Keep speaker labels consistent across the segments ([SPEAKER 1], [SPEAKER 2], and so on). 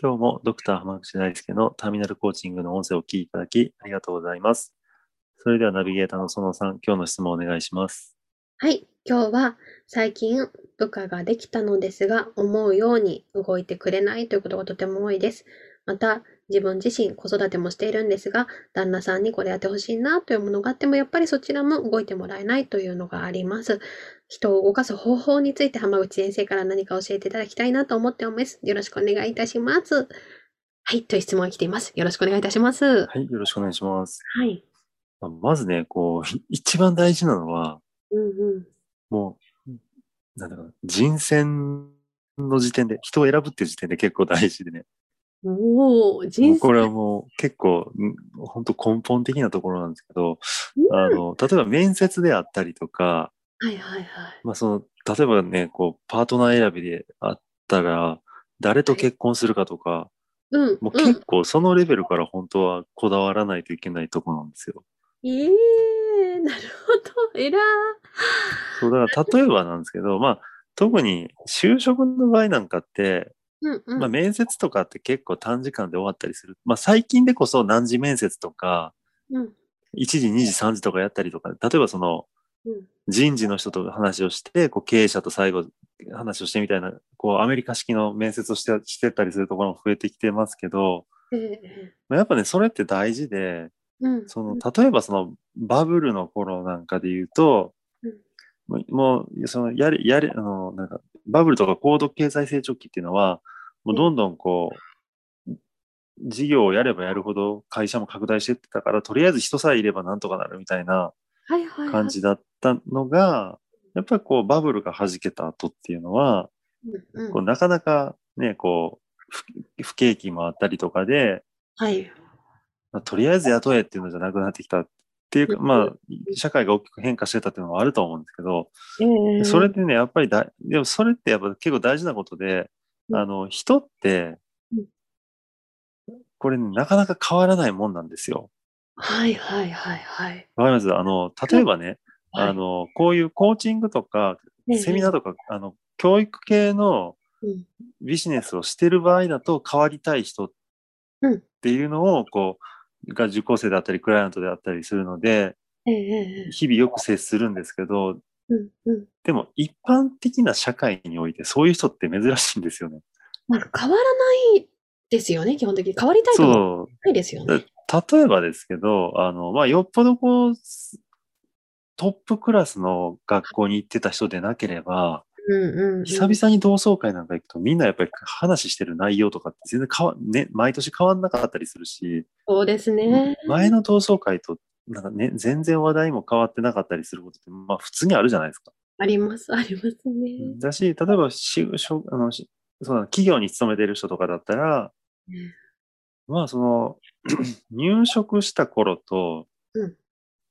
[SPEAKER 1] 今日もドクター浜口大輔のターミナルコーチングの音声をお聞きいただきありがとうございます。それではナビゲーターの園さん、今日の質問をお願いします。
[SPEAKER 2] はい今日は最近部下ができたのですが思うように動いてくれないということがとても多いですまた自分自身子育てもしているんですが旦那さんにこれやってほしいなというものがあってもやっぱりそちらも動いてもらえないというのがあります人を動かす方法について浜口先生から何か教えていただきたいなと思っておりますよろしくお願いいたしますはいという質問が来ていますよろしくお願いいたしますは
[SPEAKER 1] はい、よろしくお願いします。
[SPEAKER 2] い
[SPEAKER 1] まあまずね、こう、 一番大事なのは、
[SPEAKER 2] うんうん
[SPEAKER 1] もう、なんだろうな、人選の時点で、人を選ぶっていう時点で結構大事でね。
[SPEAKER 2] おお
[SPEAKER 1] も
[SPEAKER 2] 人
[SPEAKER 1] うこ
[SPEAKER 2] 生
[SPEAKER 1] れはもう結構、本当根本的なところなんですけど、あの、例えば面接であったりとか、
[SPEAKER 2] はいはいはい
[SPEAKER 1] まあ、その、例えばね、こう、パートナー選びであったら、誰と結婚するかとか、
[SPEAKER 2] うん
[SPEAKER 1] もう
[SPEAKER 2] うん
[SPEAKER 1] 結構そのレベルから本当はこだわらないといけないとこなんですよ。
[SPEAKER 2] ええなるほど。えらー。
[SPEAKER 1] そう、だから例えばなんですけど、まあ、特に就職の場合なんかって、
[SPEAKER 2] うんうん。
[SPEAKER 1] まあ、面接とかって結構短時間で終わったりする。まあ、最近でこそ何時面接とか、
[SPEAKER 2] うん
[SPEAKER 1] 1時、2時、3時とかやったりとか、例えばその、
[SPEAKER 2] うん
[SPEAKER 1] 人事の人と話をして、こう経営者と最後話をしてみたいな、こうアメリカ式の面接をしてしてたりするところも増えてきてますけど、
[SPEAKER 2] ええ
[SPEAKER 1] まあやっぱね、それって大事で、
[SPEAKER 2] うん。
[SPEAKER 1] その、例えばそのバブルの頃なんかで言うと
[SPEAKER 2] うん、
[SPEAKER 1] もうもう、その、やれ、やれ、あの、なんか、バブルとか高度経済成長期っていうのは、もうどんどんこう、事業をやればやるほど会社も拡大してってたから、とりあえず人さえいればなんとかなるみたいな、
[SPEAKER 2] はいはいはい。
[SPEAKER 1] 感。じだったのが、やっぱりこうバブルが弾けた後っていうのは、
[SPEAKER 2] うんう。
[SPEAKER 1] こうんなかなかね、こう、不不景気もあったりとかで、
[SPEAKER 2] はい。
[SPEAKER 1] まあとりあえず雇えっていうのじゃなくなってきたっていうか、
[SPEAKER 2] うん
[SPEAKER 1] まあ、社会が大きく変化してたっていうのもあると思うんですけど、
[SPEAKER 2] ええ
[SPEAKER 1] それでね、やっぱりだ、でもそれってやっぱ結構大事なことで、
[SPEAKER 2] うん
[SPEAKER 1] あの、人って
[SPEAKER 2] うん、
[SPEAKER 1] これねなかなか変わらないもんなんですよ。
[SPEAKER 2] はいはいはいはい。
[SPEAKER 1] わかりますあの、例えばね、あの、こういうコーチングとか、セミナ
[SPEAKER 2] ー。
[SPEAKER 1] ーとか、あの、教育系の
[SPEAKER 2] うん
[SPEAKER 1] ビジネスをしてる場合だと変わりたい人っ
[SPEAKER 2] うん
[SPEAKER 1] ていうのを、こう、が受講生であったり、クライアントであったりするので、
[SPEAKER 2] ええええ
[SPEAKER 1] 日々よく接するんですけど、
[SPEAKER 2] うんうん。
[SPEAKER 1] でも一般的な社会においてそういう人って珍しいんですよね。
[SPEAKER 2] まあ変わらないですよね、基本的に。変わりたいと思っ
[SPEAKER 1] そ
[SPEAKER 2] ないですよね。
[SPEAKER 1] う。例えばですけど、あの、まあ、よっぽどこう、トップクラスの学校に行ってた人でなければ、
[SPEAKER 2] うんうんうん。
[SPEAKER 1] 久々に同窓会なんか行くとみんなやっぱり話してる内容とかって全然変わ、ね、毎年変わんなかったりするし、
[SPEAKER 2] そうですね。
[SPEAKER 1] 前の同窓会となんかね、全然話題も変わってなかったりすることって、まあ普通にあるじゃないですか。
[SPEAKER 2] あります、ありますね。
[SPEAKER 1] だし、例えば就職、あの、しそうだな企業に勤めてる人とかだったら、
[SPEAKER 2] うん
[SPEAKER 1] まあその、 入職した頃と、
[SPEAKER 2] うん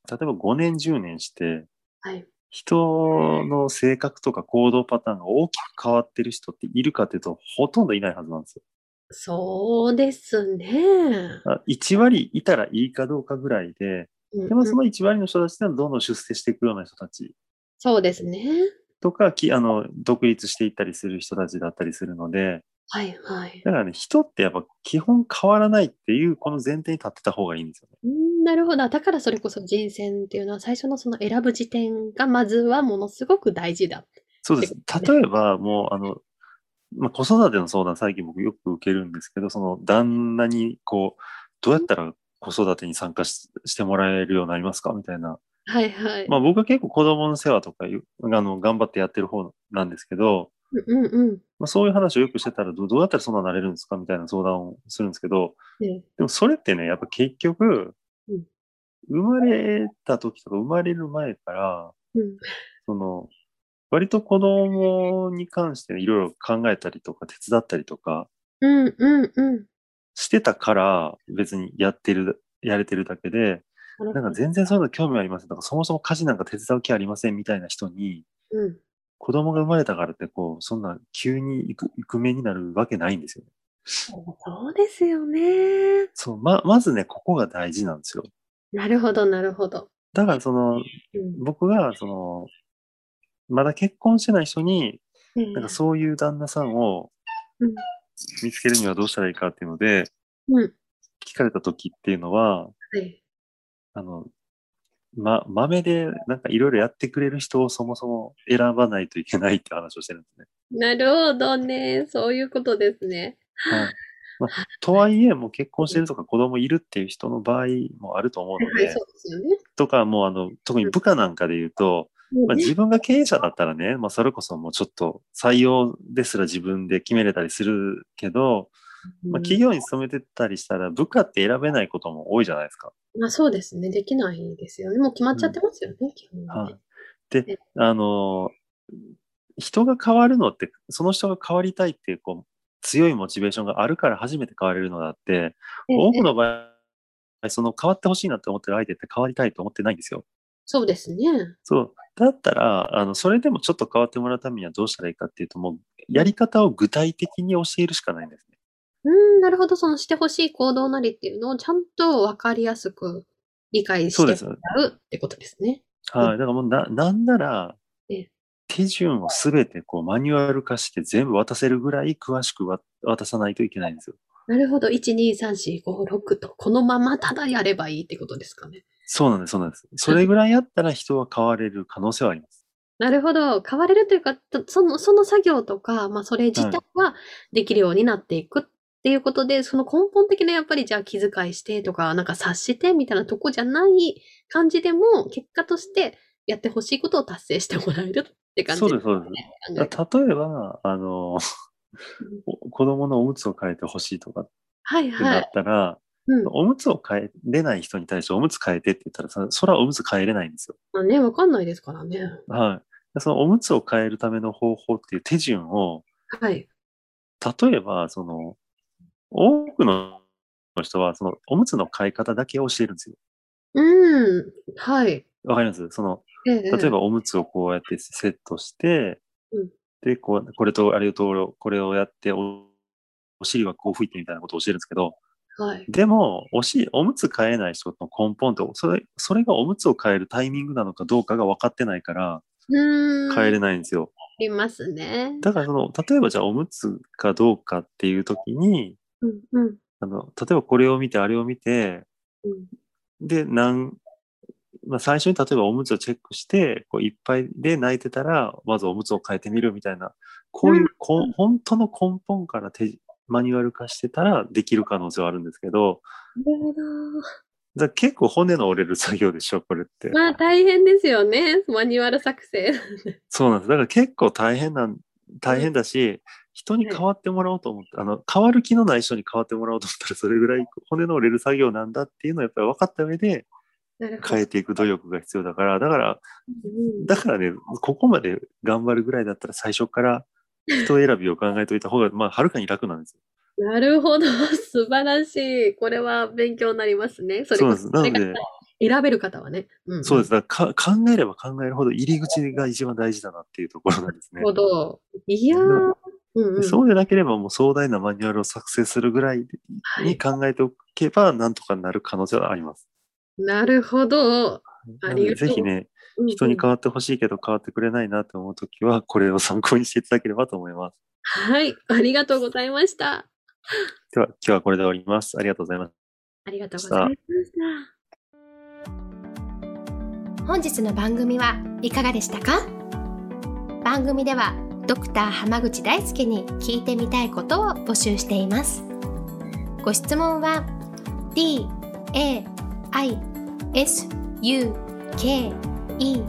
[SPEAKER 1] 例えば5年、10年して、
[SPEAKER 2] はい。
[SPEAKER 1] 人の性格とか行動パターンが大きく変わってる人っているかっていうと、ほとんどいないはずなんですよ
[SPEAKER 2] そうですね。
[SPEAKER 1] あ1割いたらいいかどうかぐらいで、
[SPEAKER 2] うん
[SPEAKER 1] でも
[SPEAKER 2] う
[SPEAKER 1] そ
[SPEAKER 2] ん
[SPEAKER 1] の1割の人たちってのはどんどん出世していくような人たち
[SPEAKER 2] そうですね。
[SPEAKER 1] とか、きあの、独立していったりする人たちだったりするので、
[SPEAKER 2] はいはい。
[SPEAKER 1] だからね、人ってやっぱ基本変わらないっていう、この前提に立ってた方がいいんですよね。
[SPEAKER 2] うんなるほど。だからそれこそ人選っていうのは最初のその選ぶ時点がまずはものすごく大事だ。
[SPEAKER 1] そうです。例えばもう、あの、まあ、子育ての相談最近僕よく受けるんですけど、その旦那にこう、どうやったら子育てに参加ししてもらえるようになりますかみたいな。
[SPEAKER 2] はいはい。
[SPEAKER 1] まあ僕は結構子供の世話とかよあの頑張ってやってる方なんですけど、
[SPEAKER 2] うんうんうん。
[SPEAKER 1] まあ、そういう話をよくしてたらどう、どうやったらそんなになれるんですかみたいな相談をするんですけど、
[SPEAKER 2] ね
[SPEAKER 1] でもそれってね、やっぱ結局
[SPEAKER 2] うん、
[SPEAKER 1] 生まれた時とか生まれる前から、
[SPEAKER 2] うん
[SPEAKER 1] その、割と子供に関していろいろ考えたりとか手伝ったりとか
[SPEAKER 2] うんうんうん。
[SPEAKER 1] してたから別にやってる、やれてるだけで、なんか全然そういうの興味ありませんとか、そもそも家事なんか手伝う気ありませんみたいな人に、
[SPEAKER 2] うん、
[SPEAKER 1] 子供が生まれたからってこう、そんな急に行く、行く目になるわけないんですよね。
[SPEAKER 2] そうですよね。
[SPEAKER 1] そう、ま、まずね、ここが大事なんですよ。
[SPEAKER 2] なるほど、なるほど。
[SPEAKER 1] だからその、
[SPEAKER 2] うん
[SPEAKER 1] 僕がその、まだ結婚してない人に、なんかそういう旦那さんを
[SPEAKER 2] うん
[SPEAKER 1] 見つけるにはどうしたらいいかっていうので、
[SPEAKER 2] うん
[SPEAKER 1] 聞かれた時っていうのは、
[SPEAKER 2] はい
[SPEAKER 1] あの、ま、豆でなんかいろいろやってくれる人をそもそも選ばないといけないって話をしてるんですね。
[SPEAKER 2] なるほどね。そういうことですね。
[SPEAKER 1] はいまあ、とはいえ、もう結婚してるとか子供いるっていう人の場合もあると思うの
[SPEAKER 2] はい、
[SPEAKER 1] で
[SPEAKER 2] そ、うですよね。
[SPEAKER 1] とかもうあの、特に部下なんかで言うと、まあ、自分が経営者だったらね、まあ、それこそもうちょっと採用ですら自分で決めれたりするけど、まあ、企業に勤めてたりしたら部下って選べないことも多いじゃないですか。
[SPEAKER 2] まあそうですね。できないですよね。もう決まっちゃってますよね、基本は
[SPEAKER 1] は
[SPEAKER 2] ね
[SPEAKER 1] い、で、あの、人が変わるのって、その人が変わりたいっていうこう強いモチベーションがあるから初めて変われるのだって、
[SPEAKER 2] ええ
[SPEAKER 1] 多くの場合、その変わってほしいなって思ってる相手って変わりたいと思ってないんですよ。
[SPEAKER 2] そうですね。
[SPEAKER 1] そう。だったら、あの、それでもちょっと変わってもらうためにはどうしたらいいかっていうと、もう、やり方を具体的に教えるしかないんですね。
[SPEAKER 2] うん、なるほど。そのしてほしい行動なりっていうのをちゃんとわかりやすく理解
[SPEAKER 1] そうで
[SPEAKER 2] し
[SPEAKER 1] す
[SPEAKER 2] ても。らうってことですね。
[SPEAKER 1] はい。だからもうな、なんなら
[SPEAKER 2] ええ、
[SPEAKER 1] 手順をすべてこうマニュアル化して全部渡せるぐらい詳しくわ渡さないといけないんですよ。
[SPEAKER 2] なるほど。1、2、3、4、5、6と、このままただやればいいってことですかね。
[SPEAKER 1] そうなんです、そうなんです。それぐらいやったら人は変われる可能性はあります。
[SPEAKER 2] なるほど。変われるというか、とその、その作業とか、まあ、それ自体はできるようになっていくっていうことで、その根本的な、やっぱり、じゃあ気遣いしてとか、なんか察してみたいなとこじゃない感じでも、結果としてやってほしいことを達成してもらえるって感じ
[SPEAKER 1] そうです、そうです。
[SPEAKER 2] す
[SPEAKER 1] だから例えば、あの、お 子供のおむつを変えてほしいとかっ
[SPEAKER 2] はい
[SPEAKER 1] てな
[SPEAKER 2] は
[SPEAKER 1] っ
[SPEAKER 2] い。
[SPEAKER 1] たら、
[SPEAKER 2] うん。
[SPEAKER 1] おむつを変えれない人に対しておむつ変えてって言ったらさ、それはおむつ変えれないんですよ。
[SPEAKER 2] まあね、わかんないですからね。
[SPEAKER 1] はい。そのおむつを変えるための方法っていう手順を、
[SPEAKER 2] はい。
[SPEAKER 1] 例えば、その、多くの人は、その、おむつの変え方だけを教えるんですよ。
[SPEAKER 2] うん。はい。
[SPEAKER 1] わかりますその、
[SPEAKER 2] ええ
[SPEAKER 1] 例えばおむつをこうやってセットして、
[SPEAKER 2] うん
[SPEAKER 1] で、こう、これとあれとこれをやって、おお尻はこう吹いてみたいなことを教えるんですけど、
[SPEAKER 2] はい。
[SPEAKER 1] でも、おし、おむつ変えない人の根本って、それ、それがおむつを変えるタイミングなのかどうかが分かってないから、
[SPEAKER 2] うーん。
[SPEAKER 1] 変えれ
[SPEAKER 2] あ
[SPEAKER 1] ないんですよ。
[SPEAKER 2] りますね。
[SPEAKER 1] だから、その、例えばじゃあおむつかどうかっていう時に、
[SPEAKER 2] うん。うん。
[SPEAKER 1] あの、例えばこれを見て、あれを見て、
[SPEAKER 2] うん
[SPEAKER 1] で、なん、まあ、最初に例えばおむつをチェックして、こういっぱいで泣いてたら、まずおむつを変えてみるみたいな、こういう、こん本当の根本から手、マニュアル化してたらできる可能性はあるんですけど、
[SPEAKER 2] なるほど。
[SPEAKER 1] だから結構骨の折れる作業でしょ、これって。
[SPEAKER 2] まあ大変ですよね。マニュアル作成。
[SPEAKER 1] そうなんです。だから結構大変なん、大変だし、人に変わってもらおうと思った、あの、変わる気のない人に変わってもらおうと思ったら、それぐらい骨の折れる作業なんだっていうのをやっぱり分かった上で
[SPEAKER 2] なるほ
[SPEAKER 1] 変
[SPEAKER 2] ど。
[SPEAKER 1] えていく努力が必要だから、だから、
[SPEAKER 2] うん
[SPEAKER 1] だからね、ここまで頑張るぐらいだったら最初から人選びを考えておいた方 が、まあ、はるかに楽なんですよ。
[SPEAKER 2] なるほど。 素晴らしい。これは勉強になりますね。それ
[SPEAKER 1] そう
[SPEAKER 2] こ
[SPEAKER 1] で
[SPEAKER 2] そ
[SPEAKER 1] す。なので、
[SPEAKER 2] 選べる方はね。うん、
[SPEAKER 1] そうです。
[SPEAKER 2] す。
[SPEAKER 1] だからか考えれば考えるほど入り口が一番大事だなっていうところなんです
[SPEAKER 2] な
[SPEAKER 1] ね
[SPEAKER 2] る。ほど。いやー。うんうん、
[SPEAKER 1] そうでなければもう壮大なマニュアルを作成するぐらい
[SPEAKER 2] は
[SPEAKER 1] に
[SPEAKER 2] い。
[SPEAKER 1] 考えておけばなんとかなる可能性はあります。
[SPEAKER 2] なるほど。あ
[SPEAKER 1] なの
[SPEAKER 2] り
[SPEAKER 1] で
[SPEAKER 2] がとう
[SPEAKER 1] ぜひね、
[SPEAKER 2] うんうん
[SPEAKER 1] 人に変わってほしいけど変わってくれないなと思うときは、これを参考にしていただければと思います。
[SPEAKER 2] はい。ありがとうございました。
[SPEAKER 1] では、今日はこれで終わります。ありがとうございます。
[SPEAKER 2] ありがとうございました。
[SPEAKER 3] 本日の番組はいかがでしたか
[SPEAKER 2] 番組ではドクター濱口大輔に聞いてみたいことを募集していますご質問は d a i s u k e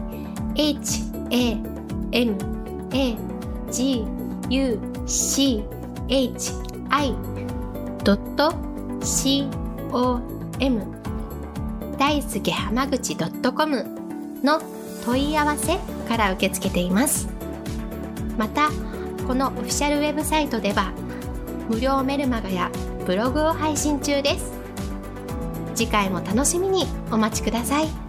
[SPEAKER 2] h a m a g u c h i c o m
[SPEAKER 3] 大好き浜口 .com の問い合わせから受け付けていますまたこのオフィシャルウェブサイトでは無料メルマガやブログを配信中です次回も楽しみにお待ちください。